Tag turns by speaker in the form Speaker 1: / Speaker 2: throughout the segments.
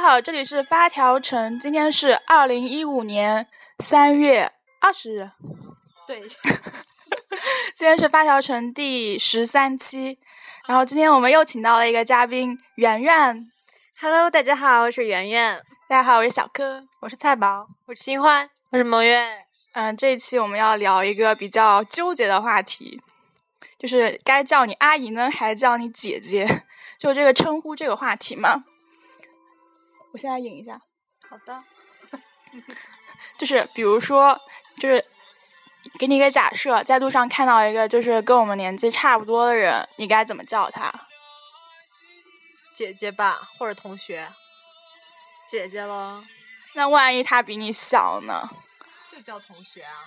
Speaker 1: 好，这里是发条城，今天是二零一五年三月二十日，
Speaker 2: 对，
Speaker 1: 今天是发条城第十三期，然后今天我们又请到了一个嘉宾圆圆，
Speaker 3: Hello，大家好，我是圆圆，
Speaker 1: 大家好，我是小柯，
Speaker 2: 我是菜宝，
Speaker 3: 我是新欢，我是萌月。
Speaker 1: 嗯、这一期我们要聊一个比较纠结的话题，就是该叫你阿姨呢，还是叫你姐姐， 就这个称呼这个话题嘛。我现在引一下，
Speaker 2: 好的，
Speaker 1: 就是比如说，就是给你一个假设，在路上看到一个就是跟我们年纪差不多的人，你该怎么叫他？
Speaker 3: 姐姐吧，或者同学，姐姐喽，
Speaker 1: 那万一他比你小呢？
Speaker 3: 就叫同学啊。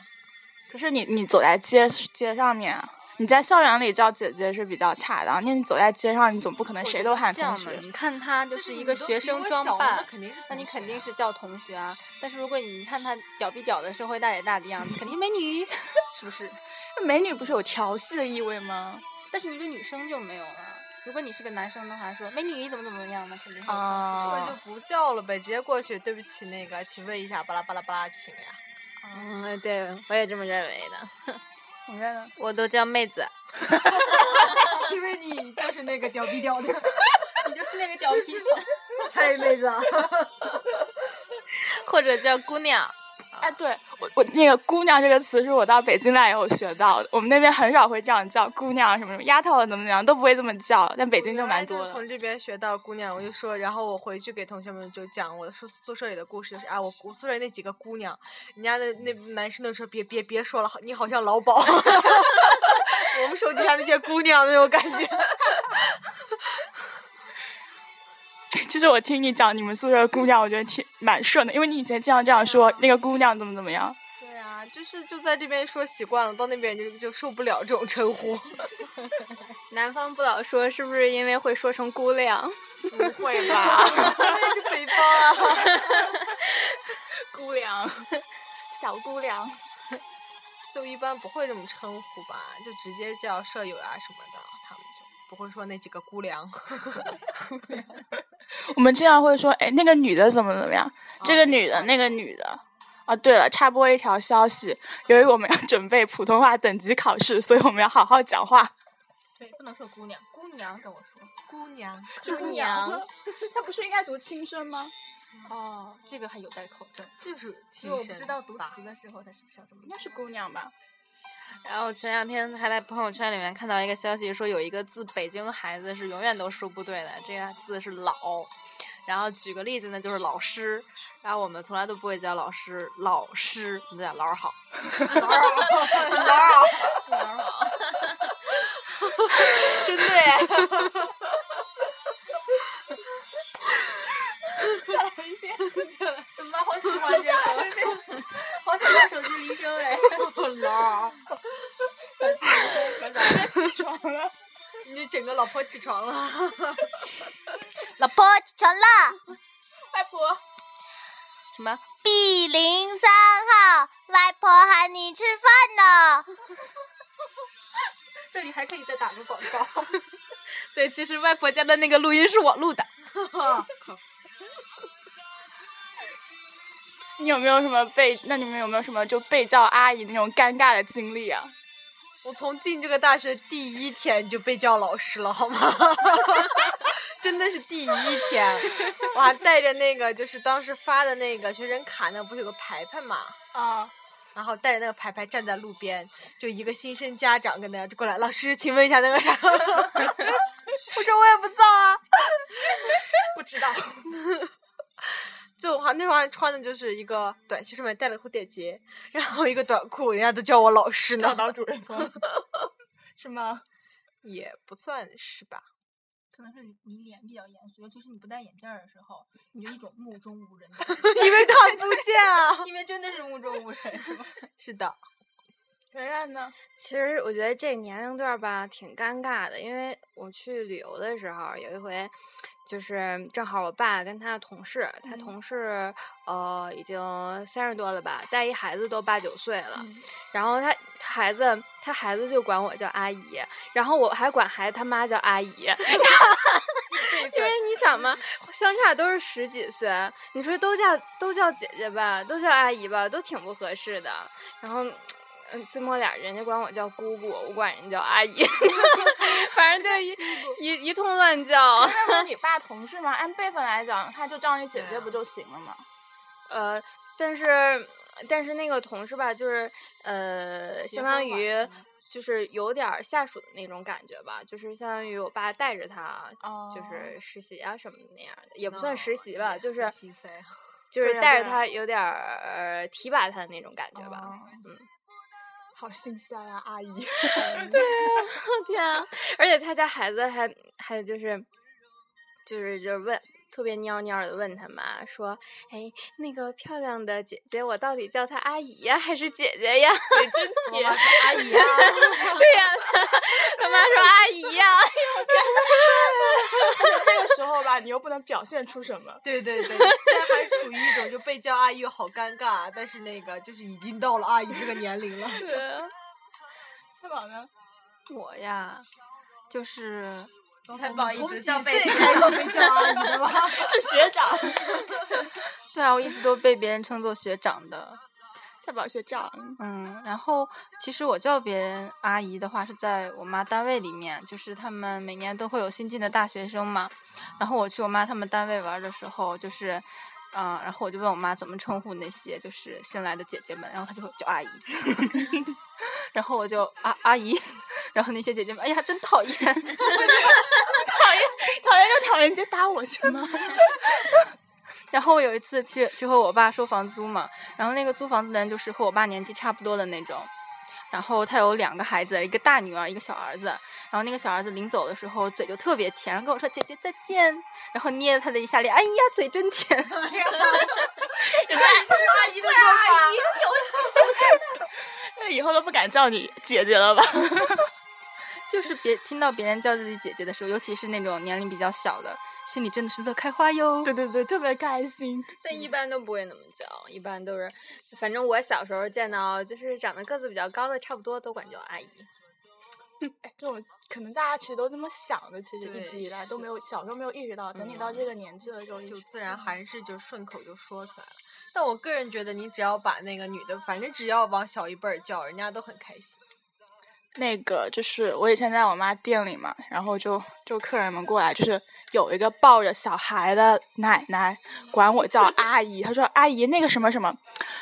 Speaker 1: 可是你你走在街街上面，啊你在校园里叫姐姐是比较恰当，那你走在街上，你总不可能谁都喊
Speaker 2: 这
Speaker 1: 同
Speaker 2: 样的
Speaker 1: 学。
Speaker 2: 你看他就
Speaker 3: 就是
Speaker 2: 一 个学生装扮，
Speaker 3: 肯定是
Speaker 2: 那你肯定是叫同学啊。但是如果你看他屌逼屌的社会大姐大的样子，肯定是美女， 是不是？
Speaker 1: 美女不是有调戏的意味吗？
Speaker 2: 但是你一个女生就没有了。如果你是个男生的话，说美女怎么怎么样，那肯定是有同学
Speaker 3: 我
Speaker 1: 啊
Speaker 3: 就不叫了呗，直接过去，对不起，那个，请问一下，巴拉巴拉巴拉就行了呀。
Speaker 4: 嗯，对，我也这么认为的。
Speaker 1: 你认呢？
Speaker 4: 我都叫妹子，
Speaker 3: 因为你就是那个屌逼屌的，
Speaker 2: 你就是那个屌逼。
Speaker 3: 嗨，妹子。
Speaker 4: 或者叫姑娘。
Speaker 1: 哎，对我我那个姑娘这个词是我到北京来以后学到的，我们那边很少会这样叫姑娘什么什么丫头啊怎么怎么样都不会这么叫，但北京就蛮多
Speaker 3: 我原来就是
Speaker 1: 的。
Speaker 3: 从这边学到姑娘，我就说，然后我回去给同学们就讲我宿宿舍里的故事，就是啊，我我宿舍里那几个姑娘，人家的那男生都说别别别说了，好你好像老鸨， 我们手底下那些姑娘那种感觉。
Speaker 1: 就是我听你讲你们宿舍的姑娘，我觉得挺蛮顺的，因为你以前经常这样说那个姑娘怎么怎么样。
Speaker 3: 对啊，就是就在这边说习惯了，到那边就就受不了这种称呼。
Speaker 4: 南方不老说，是不是因为会说成姑娘？
Speaker 1: 不会吧，
Speaker 3: 我也是北方啊，
Speaker 1: 姑娘，小姑娘。
Speaker 3: 就一般不会这么称呼吧，就直接叫舍友啊什么的，他们就不会说那几个姑娘。
Speaker 1: 我们经常会说，哎，那个女的怎么怎么样，这个女的，那个女的。啊，对了，插播一条消息，由于我们要准备普通话等级考试，所以我们要好好讲 话。
Speaker 2: 对，不能说姑娘，姑娘跟我说。
Speaker 3: 姑娘，
Speaker 2: 姑娘，
Speaker 1: 她不是应该读轻声吗？
Speaker 2: 哦，这个还有待考证，
Speaker 3: 这是亲
Speaker 2: 因为我不
Speaker 3: 生
Speaker 2: 知道读
Speaker 3: 吧
Speaker 2: 词的时候他是不是要这么
Speaker 1: 应该是姑娘吧？
Speaker 4: 然后前两天还在朋友圈里面看到一个消息，说有一个字北京孩子是永远都说不对的，这个字是老。然后举个例子呢，就是老师，然后我们从来都不会叫老师，老师，我们就叫老儿好。
Speaker 2: 怎么办？好喜欢这个，好想叫手机铃声 哎！
Speaker 3: 老，
Speaker 1: 起床了，
Speaker 3: 你整个老婆起床了，
Speaker 4: 老婆起床了，
Speaker 1: 外婆。
Speaker 4: 什么？
Speaker 5: B 零三号，外婆喊你吃饭了。
Speaker 2: 这里还可以再打个广告。
Speaker 4: 对，其实外婆家的那个录音是我录的。
Speaker 1: 你有没有什么被？那你们有没有什么就被叫阿姨那种尴尬的经历啊？
Speaker 3: 我从进这个大学第一天就被叫老师了，好吗？ 真的是第一天，我还带着那个就是当时发的那个学生卡，那不是有个牌牌嘛？
Speaker 1: 啊，
Speaker 3: 然后带着那个牌牌站在路边，就一个新生家长跟那就过来，老师，请问一下那个啥？ 我说我也不知道啊，
Speaker 2: 不知道，
Speaker 3: 就我好像那时候还穿的就是一个短袖，上面带了个蝴蝶结，然后一个短裤，人家都叫我老 师
Speaker 1: 教
Speaker 3: 呢，
Speaker 1: 导主任风是吗？
Speaker 3: 也不算是吧。
Speaker 2: 可能是你你脸比较严肃，尤其是你不戴眼镜儿的时候，你就一种目中无人的感
Speaker 3: 因为看不见啊
Speaker 2: 觉，。因为真的是目中无人， 是吧？
Speaker 3: 是的，
Speaker 1: 圆圆呢？
Speaker 4: 其实我觉得这年龄段儿吧，挺尴尬的，因为我去旅游的时候，有一回，就是正好我爸跟他的同事，他同事、呃已经三十多了吧，带一孩子都八九岁了，然后他他孩子他孩子就管我叫阿姨，然后我还管孩子他妈叫阿姨，因为
Speaker 3: 辈分
Speaker 4: 你想嘛，相差都是十几岁，你说都叫都叫姐姐吧，都叫阿姨吧，都挺不合适的。然后，嗯，最末俩人家管我叫姑姑，我管人叫阿姨， 反正就一一一通乱叫。
Speaker 1: 那不是你爸同事吗？按辈分来讲，他就叫你姐姐不就行了吗？
Speaker 4: 呃，但是但是那个同事吧，就是呃，相当
Speaker 2: 婚晚
Speaker 4: 于
Speaker 2: 了
Speaker 4: 就是有点儿下属的那种感觉吧，就是相当于我爸带着他，
Speaker 1: 哦
Speaker 4: 就是实习啊什么的那样的，
Speaker 3: 哦
Speaker 4: 也不算实习吧，哦就是
Speaker 3: 实习生
Speaker 4: 就是
Speaker 1: 对呀
Speaker 4: 带
Speaker 1: 对
Speaker 4: 着
Speaker 1: 呀
Speaker 4: 他有点儿、呃提拔他的那种感觉吧。
Speaker 1: 哦好心塞啊，阿姨。
Speaker 4: 天啊！ 而且他家孩子还还就是就是就是问特别蔫蔫的问他妈说：“哎，那个漂亮的姐姐，我到底叫她阿姨呀，还是姐姐呀？” 真
Speaker 3: 我妈说阿姨啊，
Speaker 4: 对呀、他妈说阿姨 呀、
Speaker 1: 这个时候吧，你又不能表现出什么。
Speaker 3: 对对对，现在还处于一种就被叫阿姨好尴尬，啊但是那个就是已经到了阿姨这个年龄 了。
Speaker 4: 啊
Speaker 1: 太宝呢？
Speaker 2: 我呀，就是
Speaker 3: 太棒，一
Speaker 2: 从
Speaker 3: 直
Speaker 2: 几
Speaker 3: 叫被
Speaker 2: 岁
Speaker 3: 开始被叫阿姨的吗？
Speaker 1: 是学长，
Speaker 2: 对啊，我一直都被别人称作学长的。
Speaker 1: 太宝学长。
Speaker 2: 嗯，然后其实我叫别人阿姨的话，是在我妈单位里面，就是他们每年都会有新进的大学生嘛。然后我去我妈他们单位玩的时候，就是，啊、然后我就问我妈怎么称呼那些就是新来的姐姐们，然后她就会叫阿姨， 然后我就啊阿姨， 然后那些姐姐们，哎呀真讨厌，
Speaker 1: 讨厌就讨厌，你别打我行吗？
Speaker 2: 然后我有一次去去和我爸收房租嘛，然后那个租房子的人就是和我爸年纪差不多的那种，然后他有两个孩子，一个大女儿，一个小儿子。然后那个小儿子临走的时候嘴就特别甜，然后跟我说姐姐再见，然后捏了他的一下脸，哎呀嘴真甜。
Speaker 3: 啊阿 姨的叫法，
Speaker 1: 那以后都不敢叫你姐姐了吧？
Speaker 2: 就是别听到别人叫自己姐姐的时候，尤其是那种年龄比较小的，心里真的是乐开花 哟。
Speaker 1: 对对对，特别开心。
Speaker 4: 但一般都不会那么叫，一般都是，反正我小时候见到就是长得个子比较高的，差不多都管叫阿姨。
Speaker 1: 哎，这种可能大家其实都这么想的，其实
Speaker 3: 对嗯
Speaker 1: 一直以来都没有，小时候没有意识到，等你到这个年纪的时候
Speaker 3: 就
Speaker 1: 就
Speaker 3: 自然还是就顺口就说出来了。但我个人觉得，你只要把那个女的，反正只要往小一辈儿叫，人家都很开心。
Speaker 1: 那个就是我以前在我妈店里嘛，然后就就客人们过来，就是有一个抱着小孩的奶奶管我 叫阿姨，她说阿姨那个什么什么，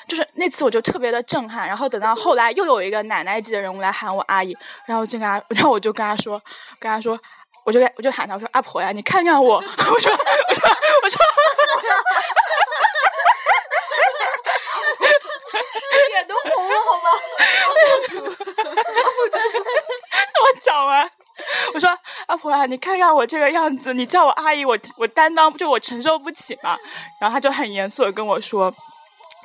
Speaker 1: 就是那次我就特别的震撼。然后等到后来又有一个奶奶级的人物来喊我阿姨，然后我就跟她，然后我就跟她说，跟她说。我就跟我就喊她，我说阿婆呀，你看看我，我说 我说我说，
Speaker 3: 脸都红了，好吗？
Speaker 1: 我讲完，啊我说阿婆啊，你看看我这个样子，你叫我阿姨，我我担当不就我承受不起嘛。然后他就很严肃的跟我说。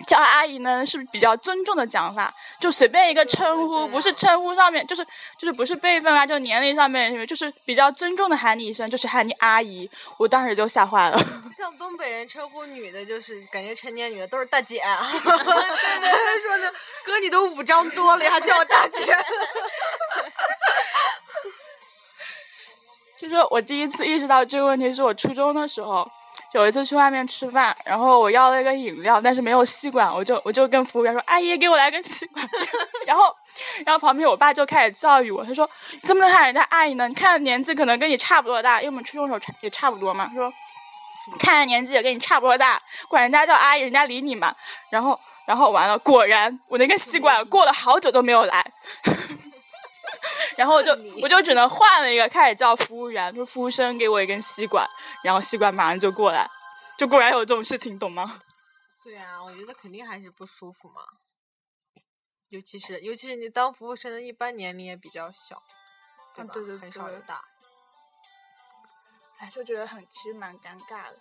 Speaker 1: 叫阿姨呢是比较尊重的讲法，就随便一个称呼，不是称呼上面，就是就是不是辈分啊，就年龄上面，就是比较尊重的喊你一声，就是喊你阿姨。我当时就吓坏了，
Speaker 3: 像东北人称呼女的，就是感觉成年女的都是大姐，啊 说是哥你都五张多了，还叫我大姐。
Speaker 1: 其实我第一次意识到这个问题是我初中的时候，有一次去外面吃饭，然后我要了一个饮料，但是没有吸管，我就我就跟服务员说：“阿姨，给我来根吸管。”然后，然后旁边我爸就开始教育我，他说：“你怎么能喊人家阿姨呢？你看年纪可能跟你差不多大，因为我们初中的时候差也差不多嘛。”他说：“看着年纪也跟你差不多大，管人家叫阿姨，人家理你嘛。”然后，然后完了，果然我那根吸管过了好久都没有来。 然后我就我就只能换了一个，开始叫服务员，说服务生给我一根吸管，然后吸管马上就过来，就果然有这种事情，懂吗？
Speaker 3: 对啊，我觉得肯定还是不舒服嘛。尤其是尤其是你当服务生的，一般年龄也比较小，啊对
Speaker 1: 嗯
Speaker 3: 吧？
Speaker 1: 对对
Speaker 3: 很少有
Speaker 1: 对
Speaker 3: 大。
Speaker 1: 哎，就觉得很其实蛮尴尬的。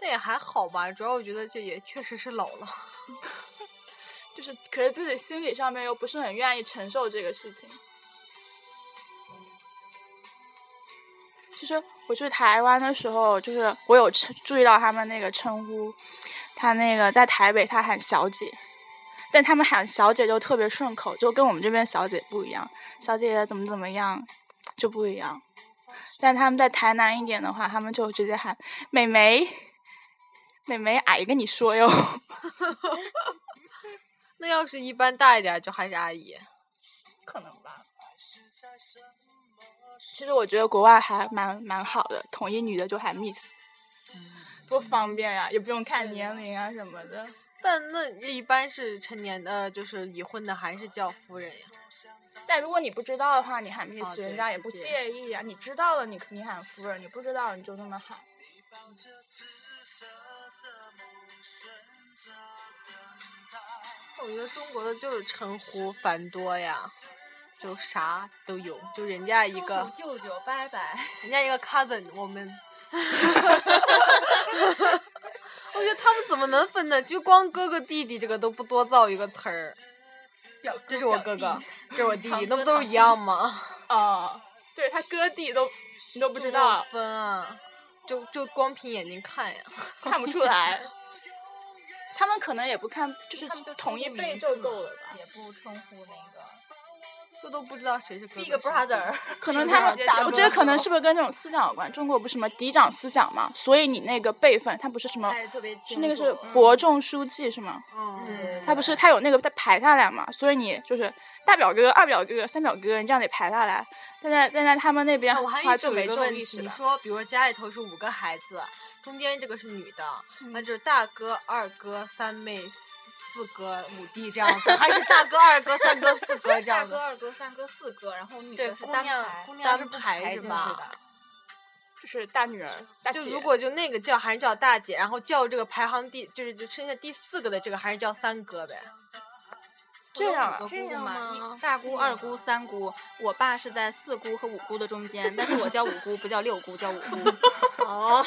Speaker 3: 但也还好吧，主要我觉得这也确实是老了。
Speaker 1: 就是，可是自己心理上面又不是很愿意承受这个事情。其实我去台湾的时候，就是我有称注意到他们那个称呼，他那个在台北他喊小姐，但他们喊小姐就特别顺口，就跟我们这边小姐不一样，小姐姐怎么怎么样就不一样。但他们在台南一点的话，他们就直接喊“美眉”，“美眉”，矮跟你说哟。
Speaker 3: 那要是一般大一点，就还是阿姨。
Speaker 1: 可能吧。其实我觉得国外还蛮蛮好的，统一女的就喊 miss，多嗯方便呀、也不用看年龄啊什么的。
Speaker 3: 但那一般是成年的，就是已婚的还是叫夫人呀？
Speaker 1: 但如果你不知道的话，你喊 miss，、
Speaker 3: 哦对
Speaker 1: 人家也不
Speaker 3: 直接
Speaker 1: 介意啊呀、你知道了，你你喊夫人；你不知道，你就那么喊。
Speaker 3: 我觉得中国的就是称呼繁多呀，就啥都有，就人家一个
Speaker 2: 舅舅拜拜，
Speaker 3: 人家一个 cousin，我们。 我觉得他们怎么能分呢？就光哥哥弟弟这个都不多造一个词儿。
Speaker 2: 表
Speaker 3: 这是我哥哥，这是我弟弟，
Speaker 2: 堂
Speaker 3: 那不
Speaker 2: 哥
Speaker 3: 都是
Speaker 2: 堂
Speaker 3: 一样吗？
Speaker 1: 哦，对他哥弟都你都不
Speaker 3: 不
Speaker 1: 知道，
Speaker 3: 分啊，就就光凭眼睛看呀。
Speaker 1: 看不出 来。他们可能也不看，就是
Speaker 2: 他们就
Speaker 1: 统一背就够了吧？
Speaker 2: 也不称呼那个
Speaker 3: 这都不知道谁是哥哥。
Speaker 2: big
Speaker 3: 谁是弟
Speaker 2: brother，
Speaker 1: 可能
Speaker 3: 这
Speaker 1: 他
Speaker 3: 个
Speaker 1: 们
Speaker 3: 大，
Speaker 1: 我
Speaker 3: 哥
Speaker 1: 觉得可能
Speaker 3: 哥
Speaker 1: 是不是跟这种思想有关？中国不是什么嫡长思想嘛，所以你那个辈分，他不是什么，
Speaker 4: 还哎是特别嗯清
Speaker 1: 是
Speaker 4: 楚。
Speaker 1: 那嗯个是伯仲书记是吗？
Speaker 3: 嗯，
Speaker 1: 他不是他有那个他排下来嘛，所以你就是大表哥、二表哥、三表哥，你这样得排下来。但在但在他们那边
Speaker 3: 啊那我
Speaker 1: 的
Speaker 3: 还
Speaker 1: 话
Speaker 3: 一直
Speaker 1: 就
Speaker 3: 有
Speaker 1: 没
Speaker 3: 一
Speaker 1: 这
Speaker 3: 个
Speaker 1: 种
Speaker 3: 问
Speaker 1: 意
Speaker 3: 题，
Speaker 1: 识
Speaker 3: 你
Speaker 1: 了。
Speaker 3: 说，比如说家里头是五个孩子，中间这个是女的，那就是大哥、二哥、三妹、四四哥、五弟这样子，还是大哥、二哥、三哥、四哥这
Speaker 2: 大
Speaker 3: 样子
Speaker 2: 哥、？二哥、三哥、四哥，然后女
Speaker 3: 对
Speaker 2: 的是
Speaker 3: 姑
Speaker 2: 单
Speaker 3: 娘
Speaker 2: 排
Speaker 3: 姑娘
Speaker 2: 单
Speaker 3: 是不排
Speaker 2: 排
Speaker 3: 是
Speaker 2: 进去
Speaker 3: 吧
Speaker 2: 的。
Speaker 1: 就是大女儿、大姐，
Speaker 3: 就如果就那个叫还是叫大姐，然后叫这个排行第就是就剩下第四个的这个还是叫三哥呗。
Speaker 1: 这样啊
Speaker 2: 我有五个姑姑
Speaker 3: 这样
Speaker 2: 嘛，
Speaker 3: 吗
Speaker 2: 一大姑、二姑、三姑，我爸是在四姑和五姑的中间，但是我叫五姑，不叫六姑，叫五姑。
Speaker 4: 哦，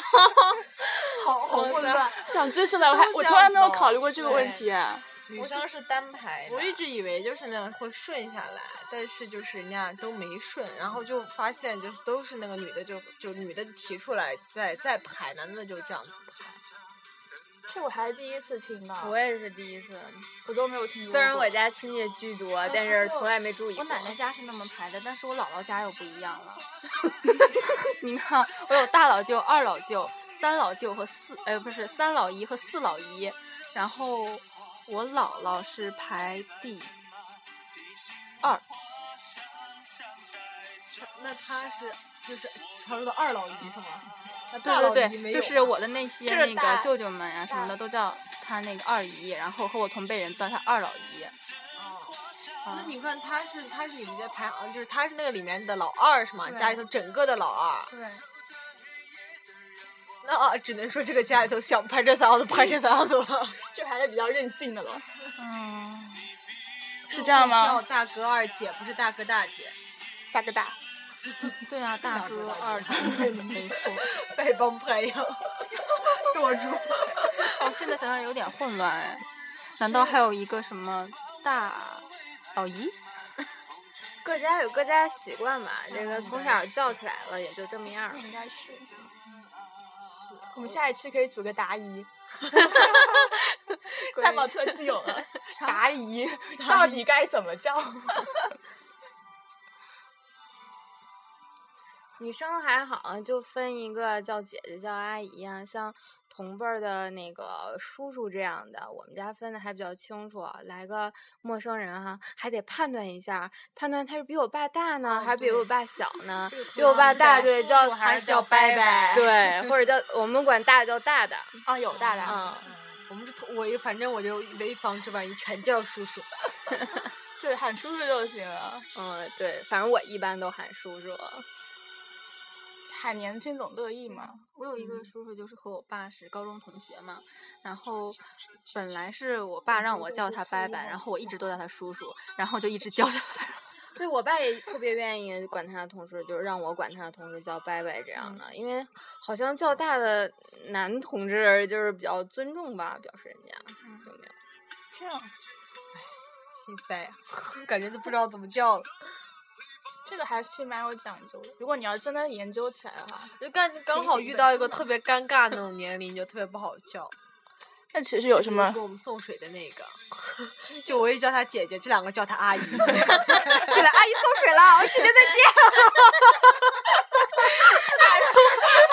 Speaker 3: 好好混乱，
Speaker 1: 长知识了，啊我还
Speaker 3: 都
Speaker 1: 我
Speaker 3: 这
Speaker 1: 从来没有
Speaker 3: 样子哦
Speaker 1: 考虑过这个问
Speaker 3: 对
Speaker 1: 题啊。
Speaker 3: 女
Speaker 6: 我
Speaker 3: 生
Speaker 6: 当时单排的，
Speaker 3: 我一直以为就是那样会顺下来，但是就是人家都没顺，然后就发现就是都是那个女的就就女的提出来再再排，男的就这样子排。
Speaker 1: 这我还是第一次听到，
Speaker 4: 我也是第一次。
Speaker 1: 我都没有听说过。
Speaker 4: 虽然我家亲戚居多，
Speaker 3: 啊
Speaker 4: 但是从来没注意过。
Speaker 2: 我奶奶家是那么排的，但是我姥姥家又不一样了。 你看，我有大老舅、二老舅、三老舅和四，呃，不是三老姨和四老姨，然后我姥姥是排第二，
Speaker 3: 那他是就是传说的二老姨是吗？那大
Speaker 2: 对
Speaker 3: 老
Speaker 2: 对
Speaker 3: 姨
Speaker 2: 对，
Speaker 3: 没
Speaker 2: 就
Speaker 3: 有
Speaker 2: 是
Speaker 3: 啊
Speaker 2: 我的那些
Speaker 1: 这是
Speaker 2: 那
Speaker 1: 大
Speaker 2: 个舅舅们啊呀、什么的都叫她那个二姨，然后和我同辈人都叫她二老姨。
Speaker 1: 啊
Speaker 3: 那你看他是他是你们家排行，就是他是那个里面的老二是吗？
Speaker 1: 对
Speaker 3: 家里头整个的老二。
Speaker 1: 对，
Speaker 3: 那、啊、只能说这个家里头想排这三样子排这三样子了。
Speaker 1: 这还是比较任性的了，
Speaker 2: 嗯，
Speaker 1: 是这样
Speaker 3: 叫
Speaker 1: 吗？
Speaker 3: 大哥二姐，不是大哥大姐，
Speaker 1: 大哥大，
Speaker 2: 对啊，大哥、二哥，没错。
Speaker 3: 白帮派呀， 躲住。
Speaker 2: 哦，现在想想有点混乱哎，难道还有一个什么大老姨？
Speaker 4: 各家有各家的习惯吧，这个从小叫起来了，也就这么样了。
Speaker 1: 应该是。我们下一期可以组个答 疑，三宝特技有 了，答疑到底该怎么叫？
Speaker 4: 女生还好，就分一个叫姐姐、叫阿姨啊，像同辈儿的那个叔叔这样的，我们家分的还比较清楚。啊来个陌生人哈、还得判断一下，判断他是比我爸大呢，还是比我爸小呢？比我爸大，对，叫
Speaker 3: 还是叫拜拜？
Speaker 4: 对，或者叫我们管大叫大大，
Speaker 1: 啊，有大大，
Speaker 4: 嗯，
Speaker 3: 我们是同，我一反正我就为防这万一，全叫叔叔。
Speaker 1: 就是喊叔叔就行了，
Speaker 4: 嗯，对，反正我一般都喊叔叔。
Speaker 1: 喊年轻总乐意嘛。
Speaker 2: 我有一个叔叔，就是和我爸是高中同学嘛，然后本来是我爸让我叫他伯伯，然后我一直都叫他叔叔，然后就一直叫下来了。
Speaker 4: 对我爸也特别愿意管他的同事，就是让我管他的同事叫伯伯这
Speaker 3: 嗯
Speaker 4: 样的，因为好像较大的男同志就是比较尊重吧，表示人家有没有？
Speaker 1: 这样，
Speaker 3: 心塞，啊 感觉都不知道怎么叫了。
Speaker 1: 这个还是蛮有讲究的。如果你要真的研究起来的话，
Speaker 3: 就刚刚好遇到一个特别尴尬那种年龄，就特别不好叫。
Speaker 1: 那其实有什么
Speaker 3: 给我们送水的那个， 就我一叫她姐姐，这两个叫她阿姨。 进来，阿姨送水了，我姐姐再见。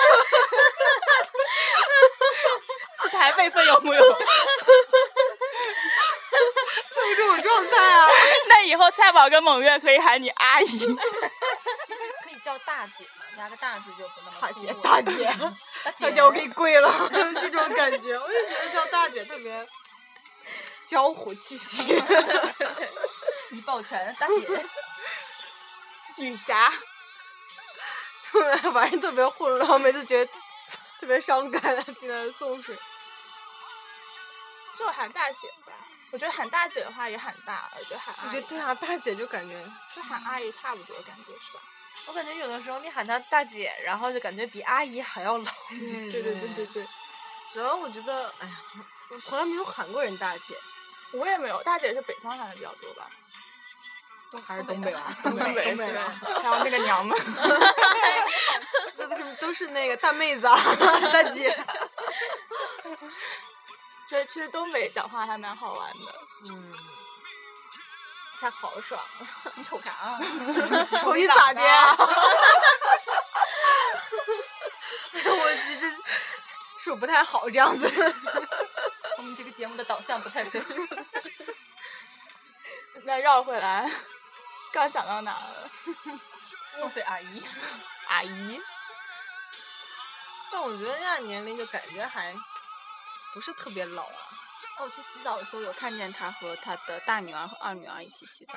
Speaker 3: 啊
Speaker 1: 后菜宝跟猛月可以喊你阿姨。
Speaker 2: 其实可以叫大姐嘛，加个大字就不那么
Speaker 3: 大
Speaker 2: 突
Speaker 3: 姐
Speaker 2: 兀
Speaker 3: 大
Speaker 2: 了
Speaker 3: 姐
Speaker 2: 大
Speaker 3: 大姐，我给你跪了， 这种感觉，我就觉得叫大姐特 别江湖气 息。
Speaker 2: 一抱拳，大姐。
Speaker 1: 女侠，
Speaker 3: 晚上特别混乱，每次觉得特别伤感，听他送水。
Speaker 1: 就喊大姐吧。我觉得喊大姐的话也喊大，我觉得喊
Speaker 3: 我
Speaker 1: 阿
Speaker 3: 觉
Speaker 1: 姨
Speaker 3: 得，对啊，大姐就感觉
Speaker 1: 就喊阿姨差不多，感觉是吧？
Speaker 3: 我感觉有的时候你喊她大姐，然后就感觉比阿姨还要老。
Speaker 4: 嗯
Speaker 3: 对
Speaker 1: 对对对对对，
Speaker 3: 主要我觉得，哎呀，我从来没有喊过人大姐，
Speaker 1: 我也没有，大姐是北方喊的比较 多吧？
Speaker 3: 还是东北吧，
Speaker 1: 东
Speaker 3: 北，
Speaker 1: 北
Speaker 3: 东北吧，
Speaker 1: 还有那个娘们，
Speaker 3: 那都是都是那个大妹子 啊，大姐。
Speaker 1: 就是其实东北讲话还蛮好玩的。
Speaker 3: 嗯，太豪爽了，
Speaker 2: 你瞅啥啊？
Speaker 3: 瞅你咋的 呀？我这这是我不太好这样子。
Speaker 2: 我们这个节目的导向不太对。
Speaker 1: 那绕回来，刚讲到哪 了？
Speaker 2: 送水阿姨，
Speaker 1: 阿姨，
Speaker 3: 但我觉得人家年龄就感觉还不是特别老啊，
Speaker 2: 哦，我去洗澡的时候有看见她和她的大女儿和二女儿一起洗 澡。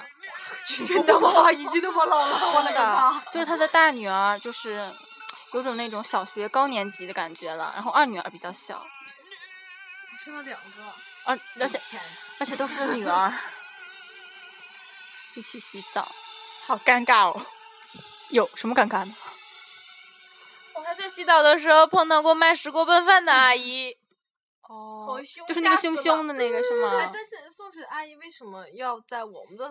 Speaker 3: 真的吗？已经那么老了，我
Speaker 2: 真的， 就是他的大女儿，就是有种那种小学高年级的感觉了。然后二女儿比较小，
Speaker 3: 生了两个，
Speaker 2: 而而且而且都是女儿一起洗澡，
Speaker 1: 好尴尬哦。
Speaker 2: 有什么尴尬呢？
Speaker 6: 我还在洗澡的时候碰到过卖石锅拌饭的阿姨，
Speaker 2: 哦
Speaker 6: 凶
Speaker 2: 就是那个凶凶的那个是
Speaker 3: 对，
Speaker 2: 吗？
Speaker 3: 但是送水的阿姨为什么要在我们的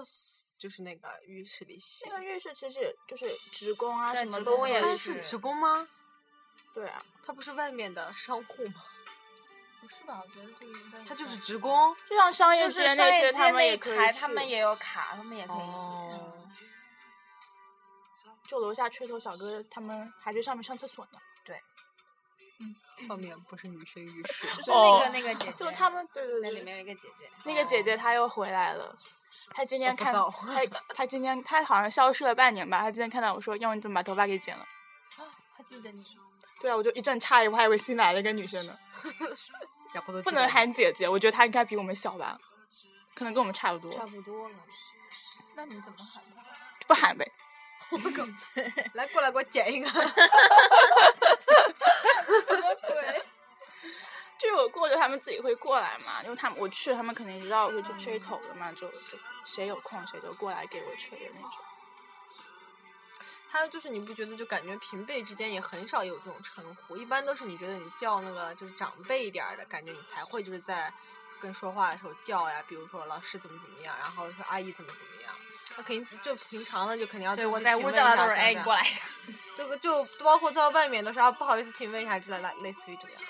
Speaker 3: 就是那个浴室里洗
Speaker 1: 这？个浴室其实也就是职工啊，
Speaker 6: 对
Speaker 1: 什么
Speaker 6: 职
Speaker 1: 都
Speaker 6: 工
Speaker 1: 会
Speaker 6: 也
Speaker 3: 她
Speaker 6: 是
Speaker 3: 是职工吗？
Speaker 1: 对啊，
Speaker 3: 她不是外面的商户吗？
Speaker 6: 不是吧？我觉得这个应该
Speaker 3: 她就是职工。
Speaker 1: 就像
Speaker 4: 哎
Speaker 1: 商业
Speaker 6: 就
Speaker 1: 街
Speaker 6: 是商
Speaker 1: 些，
Speaker 6: 业
Speaker 1: 他
Speaker 6: 街
Speaker 1: 们
Speaker 6: 那
Speaker 1: 也
Speaker 6: 一
Speaker 1: 可以
Speaker 6: 排，
Speaker 1: 去
Speaker 6: 他们也有卡，他们也可以洗。
Speaker 3: 哦，
Speaker 1: 就楼下吹头小哥他们还去上面上厕所呢。
Speaker 3: 上面不是女生浴室，
Speaker 6: 就是那
Speaker 1: 哦
Speaker 6: 个那个姐姐，
Speaker 1: 就他们对对
Speaker 6: 那
Speaker 1: 对，
Speaker 6: 里面有一个姐姐，
Speaker 1: 那个姐姐她又回来了，她今天
Speaker 3: 我不
Speaker 1: 看
Speaker 3: 造
Speaker 1: 她 她今天她好像消失了半年吧，她今天看到我说，要不你怎么把头发给剪了？
Speaker 2: 还记得你，
Speaker 1: 对啊，我就一阵诧异，我还以为新来了一个女生呢。
Speaker 3: 然后都
Speaker 1: 不能喊姐姐，我觉得她应该比我们小吧，可能跟我们差不多，
Speaker 6: 不多了。
Speaker 2: 那你怎么喊她？
Speaker 1: 不喊呗。
Speaker 3: 来过来给我捡一个。
Speaker 1: 就是我过着，他们自己会过来嘛，因为他们我去，他们肯定知道我会去吹头的嘛，就就谁有空谁就过来给我吹的那种。
Speaker 3: 还有就是，你不觉得就感觉平辈之间也很少有这种称呼，一般都是你觉得你叫那个就是长辈一点儿的感觉，你才会就是在跟说话的时候叫呀，比如说老师怎么怎么样，然后说阿姨怎么怎么样，那肯定就平常的就肯定要
Speaker 6: 对，
Speaker 3: 多
Speaker 6: 我
Speaker 3: 去
Speaker 6: 在
Speaker 3: 询
Speaker 6: 屋
Speaker 3: 问
Speaker 6: 叫
Speaker 3: 一下
Speaker 6: 她都是
Speaker 3: 怎么
Speaker 6: 哎，你
Speaker 3: 样
Speaker 6: 过来。
Speaker 3: 这个就包括到外面都是啊，不好意思，请问一下之类的，类似于这个样子。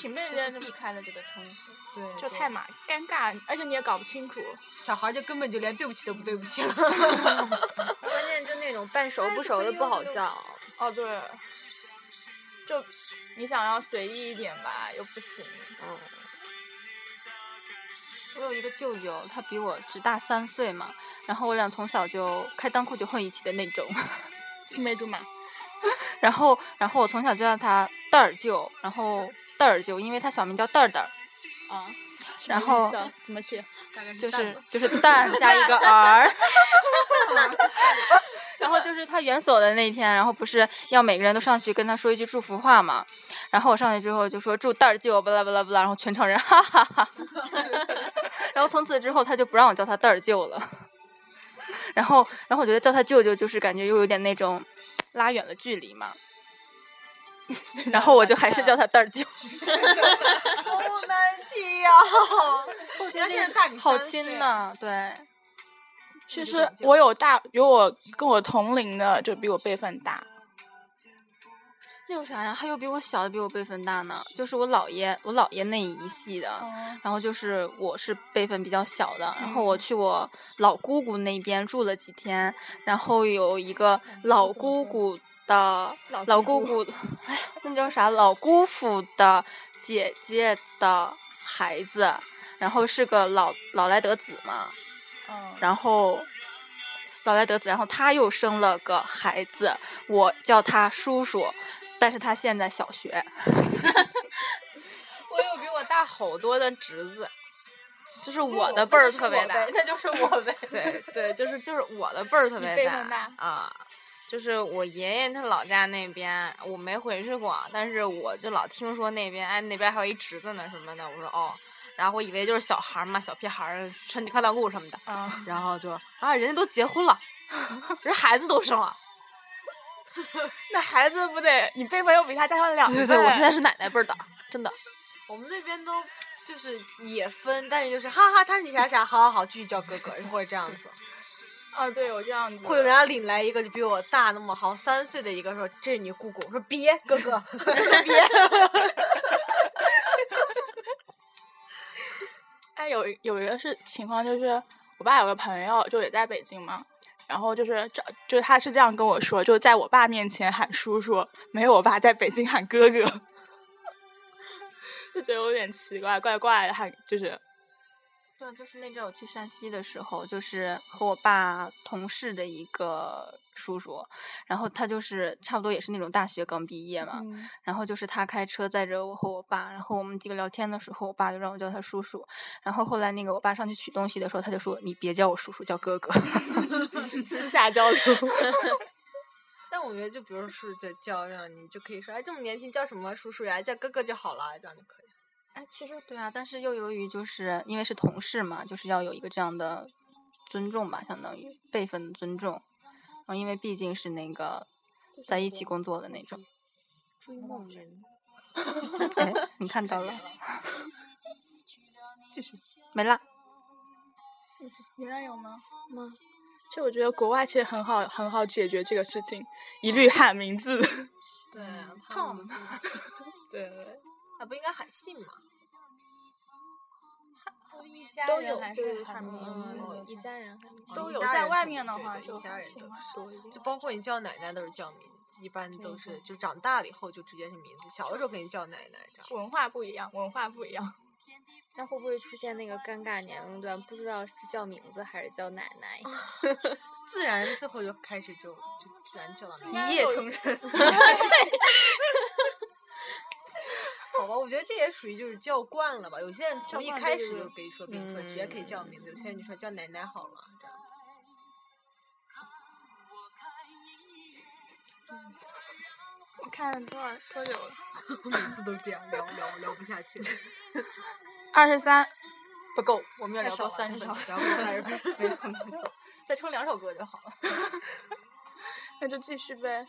Speaker 1: 平辈之
Speaker 2: 就是
Speaker 1: 间
Speaker 2: 避开了这个称呼。
Speaker 3: 对
Speaker 1: 就太麻尴尬，而且你也搞不清楚。
Speaker 3: 小孩就根本就连对不起都不对不起了。
Speaker 4: 关键就那种半熟
Speaker 3: 但
Speaker 4: 不
Speaker 3: 是
Speaker 4: 熟
Speaker 3: 不
Speaker 4: 的
Speaker 3: 一
Speaker 4: 不
Speaker 3: 样
Speaker 4: 好
Speaker 3: 那种
Speaker 4: 叫。
Speaker 1: 哦，对，就你想要随意一点吧，又不行。
Speaker 4: 嗯，
Speaker 2: 我有一个舅舅，他比我只大三岁嘛，然后我俩从小就开裆裤就混一起的那种。
Speaker 1: 青梅竹马，
Speaker 2: 然后，然后我从小就叫他蛋儿舅，然后蛋儿舅，因为他小名叫蛋儿蛋儿，
Speaker 1: 啊，
Speaker 2: 然后
Speaker 1: 什么意思啊怎么写？
Speaker 3: 大概是
Speaker 2: 就
Speaker 3: 淡
Speaker 2: 是
Speaker 3: 了
Speaker 2: 就是蛋加一个儿。 然后就是他园所的那天，然后不是要每个人都上去跟他说一句祝福话嘛？然后我上去之后就说祝蛋儿舅巴拉巴拉巴拉，然后全场人 哈哈哈哈。然后从此之后他就不让我叫他蛋儿舅了。 然后，然后我觉得叫他舅舅就是感觉又有点那种拉远了距离嘛。然后我就还是叫他蛋儿 舅。
Speaker 3: 好难听呀、我觉得现在大你
Speaker 2: 好
Speaker 3: 三岁啊
Speaker 2: 亲呐，对，
Speaker 1: 其
Speaker 3: 你就
Speaker 1: 实
Speaker 3: 敢叫
Speaker 1: 我有大有我跟我同龄的，就比我辈分大。
Speaker 2: 那有啥呀？还有比我小的，比我辈分大呢，就是我姥爷，我姥爷那一系的。
Speaker 1: 哦
Speaker 2: 然后就是我是辈分比较小的，然后我去我老姑姑那边住了几天，然后有一个老姑姑的老姑姑，哎呀，那叫啥？老姑父的姐姐的孩子，然后是个老老来得子嘛，
Speaker 1: 嗯，
Speaker 2: 然后老来得子，然后他又生了个孩子，我叫他叔叔，但是他现在小学，
Speaker 3: 我有比我大好多的侄子，就是我的辈儿特别大，
Speaker 1: 那就是我呗。
Speaker 3: 对对，就是就是我的辈儿特
Speaker 1: 你
Speaker 3: 别
Speaker 1: 辈
Speaker 3: 大
Speaker 1: 分大
Speaker 3: 啊。就是我爷爷他老家那边，我没回去过，但是我就老听说那边，哎，那边还有一侄子呢什么的。我说哦，然后我以为就是小孩儿嘛，小屁孩儿穿宽裆裤什么的，
Speaker 1: 啊，
Speaker 3: 然后就啊，人家都结 婚了，人孩子都生了。
Speaker 1: 那孩子不得你辈分又比他大上两
Speaker 3: 对
Speaker 1: 倍？
Speaker 3: 对对，我现在是奶奶辈儿的，真的。
Speaker 7: 我们那边都就是也分，但是就是哈哈，他是你啥啥，好好好，继续叫哥哥，或者这样子，
Speaker 1: 啊，对我这样子，
Speaker 7: 会有人家领来一个就比我大那么好三岁的一个说这是你姑姑，我说别哥哥， 别，
Speaker 1: 哎，有一有一个是情况，就是我爸有个朋友，就也在北京嘛，然后就是这，就是他是这样跟我说，就在我爸面前喊叔叔，没有我爸在北京喊哥哥， 就觉得有点奇怪，怪怪的，喊就是
Speaker 2: 对，就是那阵我去山西的时候，就是和我爸同事的一个叔叔，然后他就是差不多也是那种大学刚毕业嘛，
Speaker 1: 嗯
Speaker 3: 嗯
Speaker 2: 然后就是他开车载着我和我爸，然后我们几个聊天的时候，我爸就让我叫他叔叔，然后后来那个我爸上去取东西的时候，他就说你别叫我叔叔，叫哥哥。
Speaker 1: 私下交流。
Speaker 7: 但我觉得就比如是在叫这样，你就可以说哎这么年轻叫什么叔叔呀，叫哥哥就好了，这样就可以。
Speaker 2: 哎，其实对啊，但是又由于就是因为是同事嘛，就是要有一个这样的尊重吧，相当于辈分的尊重。然后因为毕竟是那个在一起工作的那种。追梦人。哎，你看到 了。没啦。
Speaker 1: 你们有吗？
Speaker 3: 嗯
Speaker 1: 吗？其实我觉得国外其实很好，很好解决这个事情，一律喊名字。
Speaker 7: 对啊，他
Speaker 2: 烫
Speaker 7: 们
Speaker 1: 对对对，
Speaker 7: 啊不应该喊姓 吗？
Speaker 3: 一家
Speaker 1: 都
Speaker 3: 人
Speaker 1: 有
Speaker 3: 还
Speaker 1: 就是
Speaker 3: 是
Speaker 1: 喊名字
Speaker 3: 嗯一家人
Speaker 1: 都
Speaker 7: 一
Speaker 1: 有
Speaker 7: 家
Speaker 1: 在
Speaker 7: 人
Speaker 1: 外
Speaker 7: 肯定
Speaker 1: 面的
Speaker 7: 对
Speaker 1: 话
Speaker 7: 对
Speaker 1: 就
Speaker 7: 一家人
Speaker 1: 喜
Speaker 7: 都
Speaker 1: 欢
Speaker 7: 是
Speaker 1: 多一点
Speaker 7: 就包括你叫奶奶都是叫名字，一般都是就长大了以后就直接是名字，小的时候肯定叫奶奶这样。
Speaker 1: 文化不一样，文化不一样。
Speaker 4: 那会不会出现那个尴尬年龄段，不知道是叫名字还是叫奶奶？
Speaker 7: 自然最后就开始就就自然叫到奶奶。
Speaker 2: 一夜成人。
Speaker 7: 好吧，我觉得这也属于就是叫惯了吧。有些人从一
Speaker 1: 惯
Speaker 7: 开
Speaker 1: 这
Speaker 7: 始
Speaker 1: 个
Speaker 7: 就嗯可以说跟你说直接可以叫名字，有些人就说叫奶奶好 了这样。
Speaker 1: 我 看了多少多久了？
Speaker 7: 每次都这样聊聊聊不下去，
Speaker 1: 二十三，
Speaker 2: 不够，我们要
Speaker 7: 太
Speaker 2: 聊
Speaker 7: 少
Speaker 2: 到
Speaker 7: 了
Speaker 2: 三十小
Speaker 7: 聊
Speaker 2: 时。
Speaker 7: 不到三十分钟。
Speaker 2: 再唱两首歌就好了。
Speaker 1: 那就继续呗。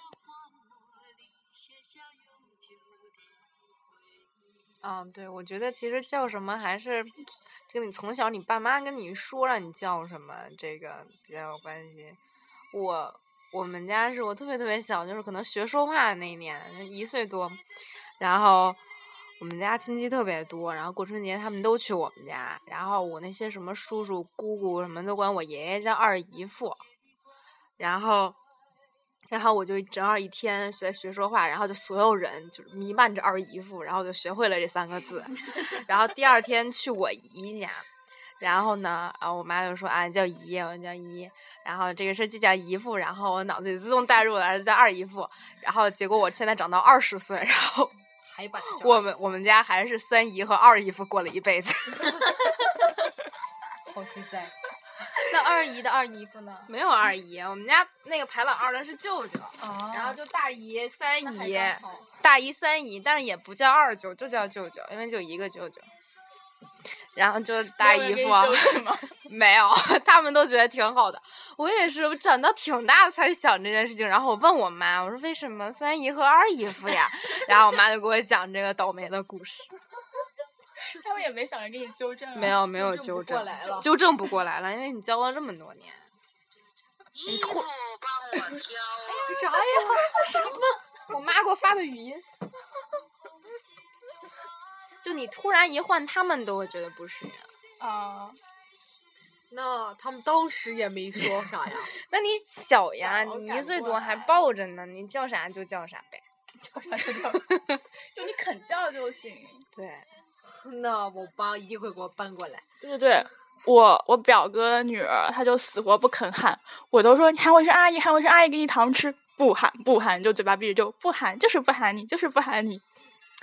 Speaker 3: 啊，对，我觉得其实叫什么还是跟你从小你爸妈跟你说让你叫什么这个比较有关系。我我们家是我特别特别小，就是可能学说话的那一年，就一岁多，然后我们家亲戚特别多，然后过春节他们都去我们家，然后我那些什么叔叔姑姑什么都管我爷爷叫二姨父，然后。然后我就正好一天学学说话，然后就所有人就是弥漫着二姨父，然后我就学会了这三个 字。然后第二天去我姨家，然后呢，然后我妈就说啊，你叫姨，我就叫姨。然后这个事儿就叫姨父，然后我脑子里自动带入了叫二姨父。然后结果我现在长到二十岁，然后
Speaker 7: 海 版叫
Speaker 3: 我们我们家还是三姨和二姨父过了一辈子。
Speaker 7: 好心塞，
Speaker 2: 那二姨的二姨夫呢？
Speaker 3: 没有二姨，我们家那个排老二的是舅舅，
Speaker 2: 哦啊
Speaker 3: 然后就大姨、三姨、大姨、三姨，但是也不叫二舅，就叫舅舅，因为就一个舅舅。然后就大姨夫，
Speaker 1: 啊
Speaker 3: 没有，他们都觉得挺好的。我也是，我长到挺大才想这件事情。然后我问我妈，我说为什么三姨和二姨夫呀？ 然后我妈就给我讲这个倒霉的故事。
Speaker 1: 他们也 没想着给你纠正、啊。
Speaker 3: 没有没有
Speaker 7: 纠正不
Speaker 3: 纠正，
Speaker 7: 过来了
Speaker 3: 纠正不过来了，因为你教了这么多 年。
Speaker 8: 衣服帮我挑，
Speaker 3: 啥呀？什么？我妈给我发的语音。 就你突然一换，他们都会觉得不适应。
Speaker 1: 啊，
Speaker 7: 那他们当时也没说啥 呀？
Speaker 3: 那你小呀，
Speaker 1: 小
Speaker 3: 你
Speaker 1: 赶
Speaker 3: 一岁
Speaker 1: 过
Speaker 3: 多还
Speaker 1: 来
Speaker 3: 抱着呢，你叫啥就叫啥呗。
Speaker 1: 叫啥就 叫，就你肯叫就行。
Speaker 3: 对，
Speaker 7: 那我爸一定会给我搬过来。
Speaker 1: 对对对，我我表哥的女儿，她就死活不肯喊，我都说你喊我一声阿姨，喊我一声阿姨给你糖吃，不喊不喊，就嘴巴闭着就不喊，就是不喊你，就是不喊你。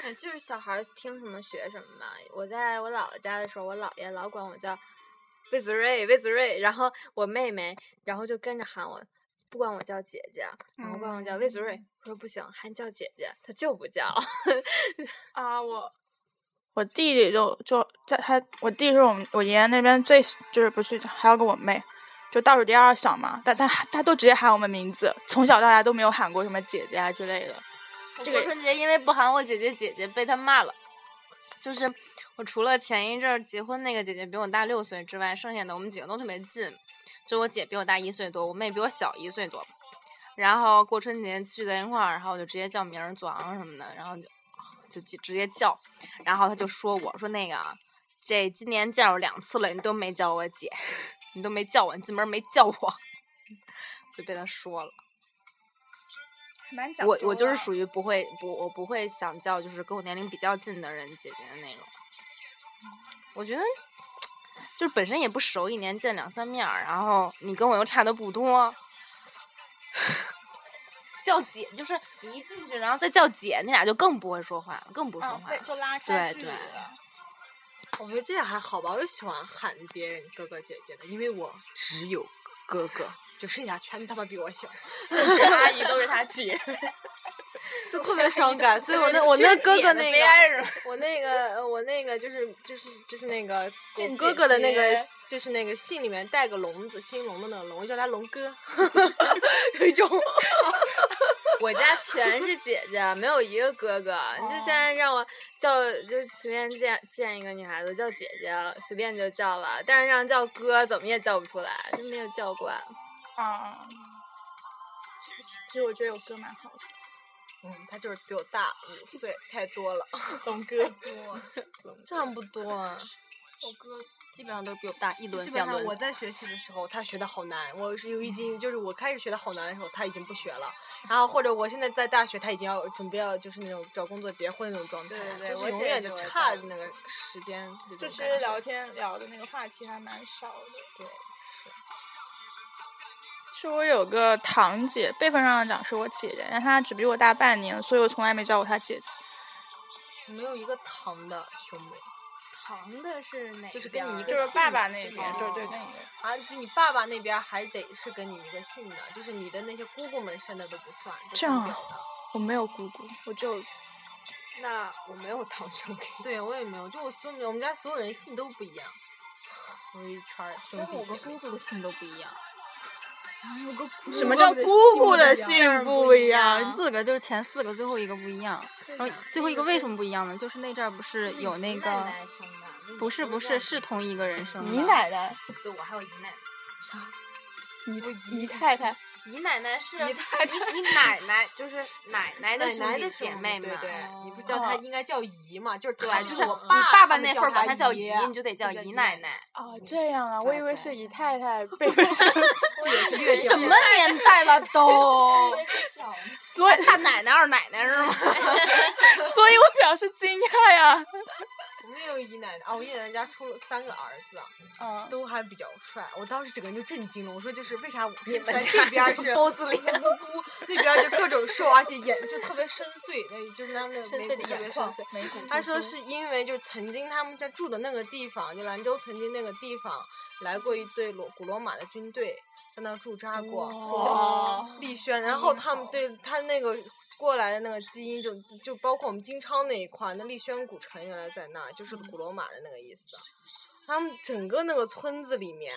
Speaker 4: 哎就是小孩儿听什么学什么嘛。我在我姥姥家的时候，我姥爷老管我叫魏子睿，魏子睿，然后我妹妹，然后就跟着喊我，不管我叫姐姐，然后管我叫魏子睿。我说不行，喊叫姐姐，他就不叫。
Speaker 1: 啊，我我弟弟就就在他，我弟是我们我爷爷那边最就是不是还有个我妹，就倒数第二小嘛，但他他都直接喊我们名字，从小到大都没有喊过什么姐姐啊之类的。这
Speaker 6: 我
Speaker 1: 个
Speaker 6: 春节因为不喊我姐姐姐姐被他骂了，就是我除了前一阵儿结婚那个姐姐比我大六岁之外，剩下的我们几个都特别近，就我姐比我大一岁多，我妹比我小一岁多，然后过春节聚在一块儿，然后我就直接叫名儿、祖昂什么的，然后就就直直接叫，然后他就说我说那个啊这今年见着两次了，你都没叫我姐， 你都没叫我，你进门没叫我， 就被他说了。我我就是属于不会不我不会想叫就是跟我年龄比较近的人姐姐的那种。我觉得就是本身也不熟，一年见两三面儿，然后你跟我又差的不多，叫姐就是你一进去，然后再叫姐，你俩就更不会说话了，更不说
Speaker 1: 啊，
Speaker 6: 话
Speaker 1: 对，
Speaker 6: 了。
Speaker 1: 就拉
Speaker 6: 对
Speaker 1: 开距离
Speaker 6: 对
Speaker 1: 了。
Speaker 3: 我觉得这还好吧，我就喜欢喊别人哥哥姐姐的，因为我只有哥哥，就剩下全他妈比我小，
Speaker 1: 甚至阿姨都是他 姐。
Speaker 3: 就特别 伤感。所以我那我那哥哥那个，我那个呃我那个就是就是就是那个我
Speaker 1: 见
Speaker 3: 哥
Speaker 1: 姐
Speaker 3: 哥的那个
Speaker 1: 姐
Speaker 3: 就是那个信里面带个龙字，兴隆的那个龙，我叫他龙 哥，有一种
Speaker 4: 我家全是姐姐，没有一个哥哥。你就现在让我叫，就是随便见见一个女孩子叫姐姐，随便就叫了。但是让叫哥，怎么也叫不出来，就没有叫惯。
Speaker 1: 啊，其实我觉得我哥蛮好的，
Speaker 3: 嗯，他就是比我大五岁，太多了，
Speaker 1: 龙哥。
Speaker 3: 这样不多啊。
Speaker 6: 我哥基本上都是比我大一轮
Speaker 3: 基本
Speaker 6: 两
Speaker 3: 上我
Speaker 6: 轮。
Speaker 3: 在学习的时候，他学的好难。我是有已经就是我开始学的好难的时候，他已经不学了。然后或者我现在在大学，他已经要准备要就是那种找工作、结婚那种状态，
Speaker 4: 对对
Speaker 3: 就
Speaker 4: 我
Speaker 3: 是永
Speaker 4: 这也
Speaker 3: 远
Speaker 4: 是
Speaker 3: 就
Speaker 4: 我的
Speaker 3: 差
Speaker 4: 感
Speaker 3: 那个时间。
Speaker 1: 就其实聊天聊的那个话题还蛮少的。
Speaker 3: 对，
Speaker 1: 是我有个堂姐，辈分上讲是我姐姐，但她只比我大半年，所以我从来没叫过她姐姐。
Speaker 3: 没有一个堂的兄妹
Speaker 6: 糖的是哪
Speaker 3: 就是跟你一个
Speaker 1: 就是
Speaker 3: 姓
Speaker 1: 爸
Speaker 3: 的
Speaker 1: 爸那边，
Speaker 3: 哦
Speaker 1: 对对，跟你
Speaker 3: 啊，就你爸爸那边还得是跟你一个姓的，就是你的那些姑姑们生的都不算，都
Speaker 1: 这
Speaker 3: 是
Speaker 1: 样
Speaker 3: 表
Speaker 1: 啊
Speaker 3: 的。
Speaker 1: 我没有姑姑，我就
Speaker 6: 那我没有堂兄弟。
Speaker 3: 对我也没有，就我所有我们家所有人姓都不一样，我们一圈儿兄
Speaker 6: 但是
Speaker 3: 弟
Speaker 6: 我跟
Speaker 3: 姐妹
Speaker 6: 姑姑的姓都不一样，
Speaker 1: 什么叫姑姑的姓不一样？
Speaker 6: 四个就是前四个，最后一个不一样。然后最后一个为什么不一样呢？就是那阵儿不是有那个，不是不是是同一个人生的。
Speaker 1: 姨奶奶、
Speaker 6: 对，我还有姨奶奶。
Speaker 1: 姨太太，
Speaker 6: 姨奶奶是
Speaker 3: 姨
Speaker 6: 你
Speaker 3: 太
Speaker 6: 你奶奶就是奶奶呃的
Speaker 3: 奶
Speaker 6: 兄
Speaker 3: 奶
Speaker 6: 弟
Speaker 3: 的
Speaker 6: 姐
Speaker 3: 兄
Speaker 6: 妹
Speaker 3: 弟
Speaker 6: 嘛，
Speaker 3: 对对，你不叫她
Speaker 1: 哦
Speaker 3: 应该叫姨嘛，就是她
Speaker 6: 对，就是
Speaker 3: 我
Speaker 6: 你
Speaker 3: 爸
Speaker 6: 啊爸
Speaker 3: 们
Speaker 6: 那份儿管她叫
Speaker 3: 姨啊
Speaker 6: 姨，，你就得叫
Speaker 3: 就叫姨
Speaker 6: 姨
Speaker 3: 奶
Speaker 6: 奶奶。
Speaker 1: 哦，这样啊，
Speaker 3: 对
Speaker 1: 我以为
Speaker 3: 对
Speaker 1: 是姨太太辈分上，
Speaker 3: 这也是 越
Speaker 6: 什么年代了都？
Speaker 1: 所以
Speaker 6: 大奶奶、二奶奶是吗？
Speaker 1: 所以我表示惊讶呀。
Speaker 3: 我们也有姨奶奶啊，我姨奶奶家出了三个儿子，
Speaker 1: 嗯，
Speaker 3: 都还比较帅，我当时整个人就震惊了，我说就是为啥我
Speaker 6: 你们
Speaker 3: 这边
Speaker 6: 家
Speaker 3: 儿
Speaker 6: 就是包子脸
Speaker 3: 咕咕咕，那边儿就各种瘦，而且眼就特别深邃，那就是他们的眉骨特别深邃。
Speaker 6: 没骨
Speaker 3: 他说是因为就曾经他们家住的那个地方，就兰州曾经那个地方来过一队罗古罗马的军队，在那儿驻扎过，
Speaker 6: 哦
Speaker 1: 哇
Speaker 3: 叫丽轩。然后他们对他那个过来的那个基因就就包括我们金昌那一块儿，那丽轩古城原来在那儿，就是古罗马的那个意思。他们整个那个村子里面。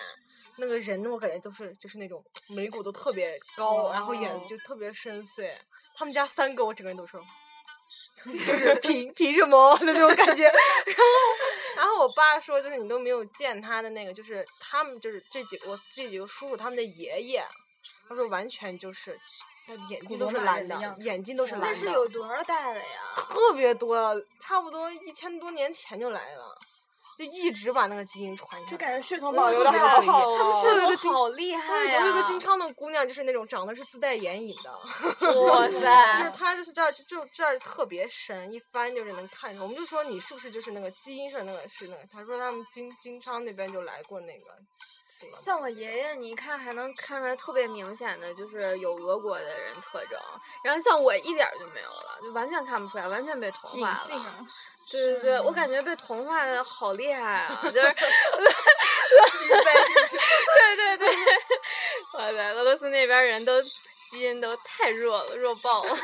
Speaker 3: 那个人，我感觉都是就是那种眉骨都特别高，然后眼
Speaker 4: 哦
Speaker 3: 就特别深邃。他们家三个，我整个 人都说，就是凭凭什么 的那种感觉。然后，然后我爸说，就是你都没有见他的那个，就是他们就是这几个我这几个叔叔他们的爷爷，他说完全就是，那眼睛都是蓝的，眼睛都是蓝
Speaker 4: 那
Speaker 3: 的，
Speaker 4: 是有多少代了呀？
Speaker 3: 特别多，差不多一千多年前就来了。
Speaker 6: 就一直把那个基因传下来，
Speaker 1: 就感觉血统
Speaker 6: 真的
Speaker 1: 保留的
Speaker 6: 特别
Speaker 1: 好
Speaker 6: 诡异
Speaker 1: 好
Speaker 6: 他们
Speaker 1: 哦。
Speaker 6: 是有一个金，
Speaker 3: 好厉害
Speaker 6: 对，
Speaker 3: 呀、
Speaker 6: 有一个金昌的姑娘，就是那种长得是自带眼影的，
Speaker 3: 哇塞，
Speaker 6: 就是她就是这儿就这儿特别深，一翻就是能看出。我们就说你是不是就是那个基因上那个是那个？她说他们金金昌那边就来过那个，对吧
Speaker 4: 像我爷爷，你一看还能看出来特别明显的就是有俄国的人特征，然后像我一点儿就没有了，就完全看不出来，完全被
Speaker 6: 哦
Speaker 4: 同化
Speaker 2: 隐性
Speaker 4: 了。
Speaker 2: 啊，
Speaker 4: 对对对，我感觉被同化的好厉害啊！就是， 对对 对，哇塞，俄罗斯那边人都基因都太弱了，弱爆了。
Speaker 6: 我觉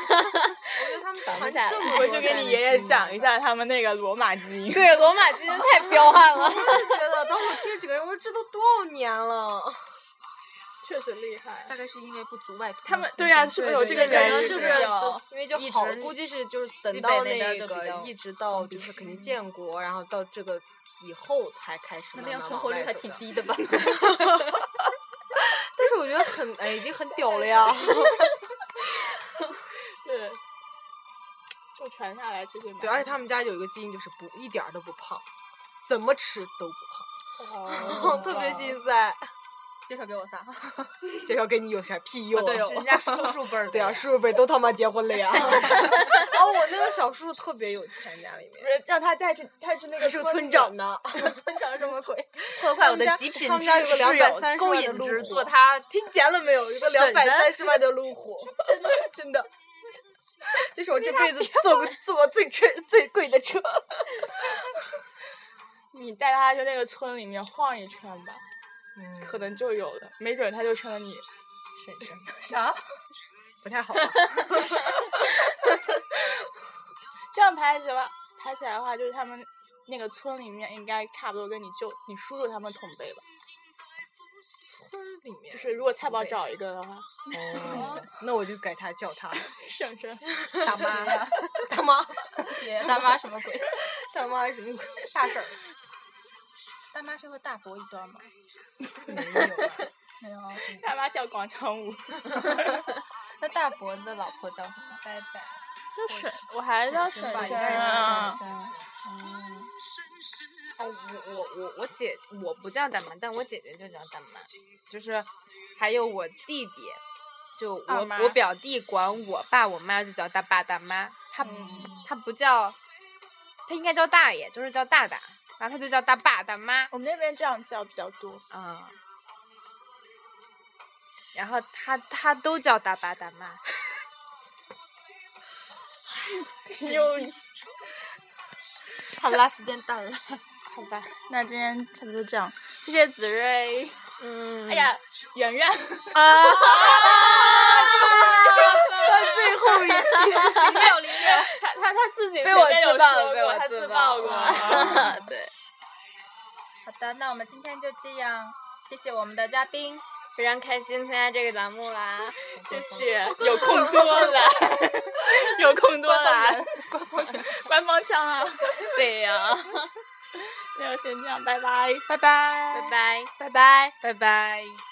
Speaker 6: 得他们
Speaker 4: 传不
Speaker 6: 传
Speaker 4: 下
Speaker 6: 这
Speaker 4: 来
Speaker 6: 么多
Speaker 1: 回去给
Speaker 6: 代
Speaker 1: 你
Speaker 6: 的
Speaker 1: 爷爷
Speaker 6: 基因
Speaker 1: 讲一下他们那个罗马基因。
Speaker 4: 对，罗马基因太彪悍了。
Speaker 6: 我就觉得，当我听这个人，我说这都多少年了？
Speaker 1: 确实厉害。
Speaker 2: 大概是因为不足外
Speaker 1: 他们对啊呀、是不是有这个
Speaker 6: 对对
Speaker 1: 原因？
Speaker 6: 可能就是
Speaker 2: 有
Speaker 6: 因为就
Speaker 2: 一
Speaker 6: 好
Speaker 2: 直，
Speaker 6: 估计是就是等
Speaker 3: 西
Speaker 6: 到
Speaker 3: 北那边
Speaker 6: 那
Speaker 3: 就比
Speaker 6: 个
Speaker 3: 较
Speaker 6: 一直到就是肯定建国，然后到这个以后才开始
Speaker 2: 那
Speaker 6: 慢
Speaker 2: 那
Speaker 6: 慢
Speaker 2: 样存
Speaker 6: 往
Speaker 2: 活率
Speaker 6: 外
Speaker 2: 还
Speaker 6: 走
Speaker 2: 挺
Speaker 6: 的。
Speaker 2: 低的吧？
Speaker 6: 但是我觉得很哎，已经很屌了呀！
Speaker 1: 对， 就传下来这些。
Speaker 6: 对，而且他们家有一个基因就是不一点儿都不胖，怎么吃都不
Speaker 1: 哦
Speaker 6: 胖，特别心塞。
Speaker 2: 介绍给我 仨，
Speaker 6: 介绍给你有啥屁用？
Speaker 1: 队友
Speaker 3: 人家叔叔辈儿的
Speaker 6: 对啊，
Speaker 3: 呀
Speaker 6: 叔叔辈都他妈结婚 了呀！哦，我那个小叔叔特别有钱，家里
Speaker 1: 不
Speaker 6: 面
Speaker 1: 是让他带去，带去那
Speaker 6: 还
Speaker 1: 个
Speaker 6: 是个
Speaker 1: 村
Speaker 6: 村
Speaker 1: 里
Speaker 6: 长，呢。
Speaker 1: 村长什么鬼？
Speaker 3: 破
Speaker 6: 他
Speaker 3: 坏我
Speaker 6: 们
Speaker 3: 的
Speaker 6: 家
Speaker 3: 极品
Speaker 6: 他们
Speaker 3: 之
Speaker 6: 家有个
Speaker 3: 室友
Speaker 6: 230
Speaker 3: 勾
Speaker 6: 万的
Speaker 3: 引
Speaker 6: 路
Speaker 3: 之
Speaker 6: 虎
Speaker 3: 做他
Speaker 6: 听见了没有？一个两
Speaker 3: 婶
Speaker 6: 百
Speaker 3: 婶
Speaker 6: 三十万的路虎，真的， 这是我这辈子坐过坐过最车最贵的车。
Speaker 1: 你带他去那个村里面晃一圈吧，
Speaker 6: 嗯
Speaker 1: 可能就有了，没准他就成了你
Speaker 6: 婶 婶
Speaker 1: 啥？
Speaker 6: 不太好吧，
Speaker 1: 这样排起来排起来的话，就是他们那个村里面应该差不多跟你舅、你叔叔他们同辈吧。
Speaker 6: 村里面
Speaker 1: 就是如果菜宝找一个的话，
Speaker 6: 哦，那我就改他叫他
Speaker 1: 婶婶
Speaker 2: 大妈、
Speaker 6: 大妈，
Speaker 2: 爷爷、大妈什么鬼？
Speaker 6: 大妈什么鬼大 婶儿
Speaker 2: 大妈是会大搏一段吗？
Speaker 6: 没有吧？
Speaker 2: 没有。
Speaker 1: 大妈跳广场舞。
Speaker 2: 那大伯的老婆叫什么？
Speaker 6: 拜拜。
Speaker 1: 就婶，我还叫婶
Speaker 6: 吧
Speaker 1: 婶
Speaker 6: 应该是
Speaker 1: 啊。
Speaker 3: 哦，我我我我姐我不叫大妈，但我姐姐就叫大妈，就是还有我弟弟，就
Speaker 1: 二
Speaker 3: 我
Speaker 1: 妈
Speaker 3: 我表弟管我爸我妈就叫大爸大妈，他、
Speaker 1: 嗯
Speaker 3: 他不叫，他应该叫大爷，就是叫大大，然后他就叫大爸大妈，
Speaker 1: 我们那边这样叫比较多。
Speaker 3: 嗯。然后他他都叫大爸大妈，
Speaker 1: 又
Speaker 2: 怕拉时间到了，
Speaker 1: 好吧，那今天差不多就这样，谢谢子睿。
Speaker 3: 嗯
Speaker 1: 哎呀，圆圆，
Speaker 3: 啊，
Speaker 6: 他最后一句，
Speaker 1: 零六零六，他他他自己
Speaker 3: 被我
Speaker 1: 曾经有
Speaker 3: 自爆
Speaker 1: 说
Speaker 3: 了被
Speaker 1: 过
Speaker 3: 我
Speaker 1: 他
Speaker 3: 自
Speaker 1: 自
Speaker 3: 爆
Speaker 1: 爆过。
Speaker 3: 了
Speaker 1: 啊
Speaker 3: 对，
Speaker 2: 好的，那我们今天就这样，谢谢我们的嘉宾，
Speaker 4: 非常开心参加这个栏目 啦！
Speaker 1: 谢谢， 有空多来，有空多来，官方官方腔啊。
Speaker 4: 对呀、
Speaker 1: 那就先这样，拜拜。
Speaker 2: 拜
Speaker 4: 拜
Speaker 2: 拜，
Speaker 4: 拜。
Speaker 3: 拜拜拜拜。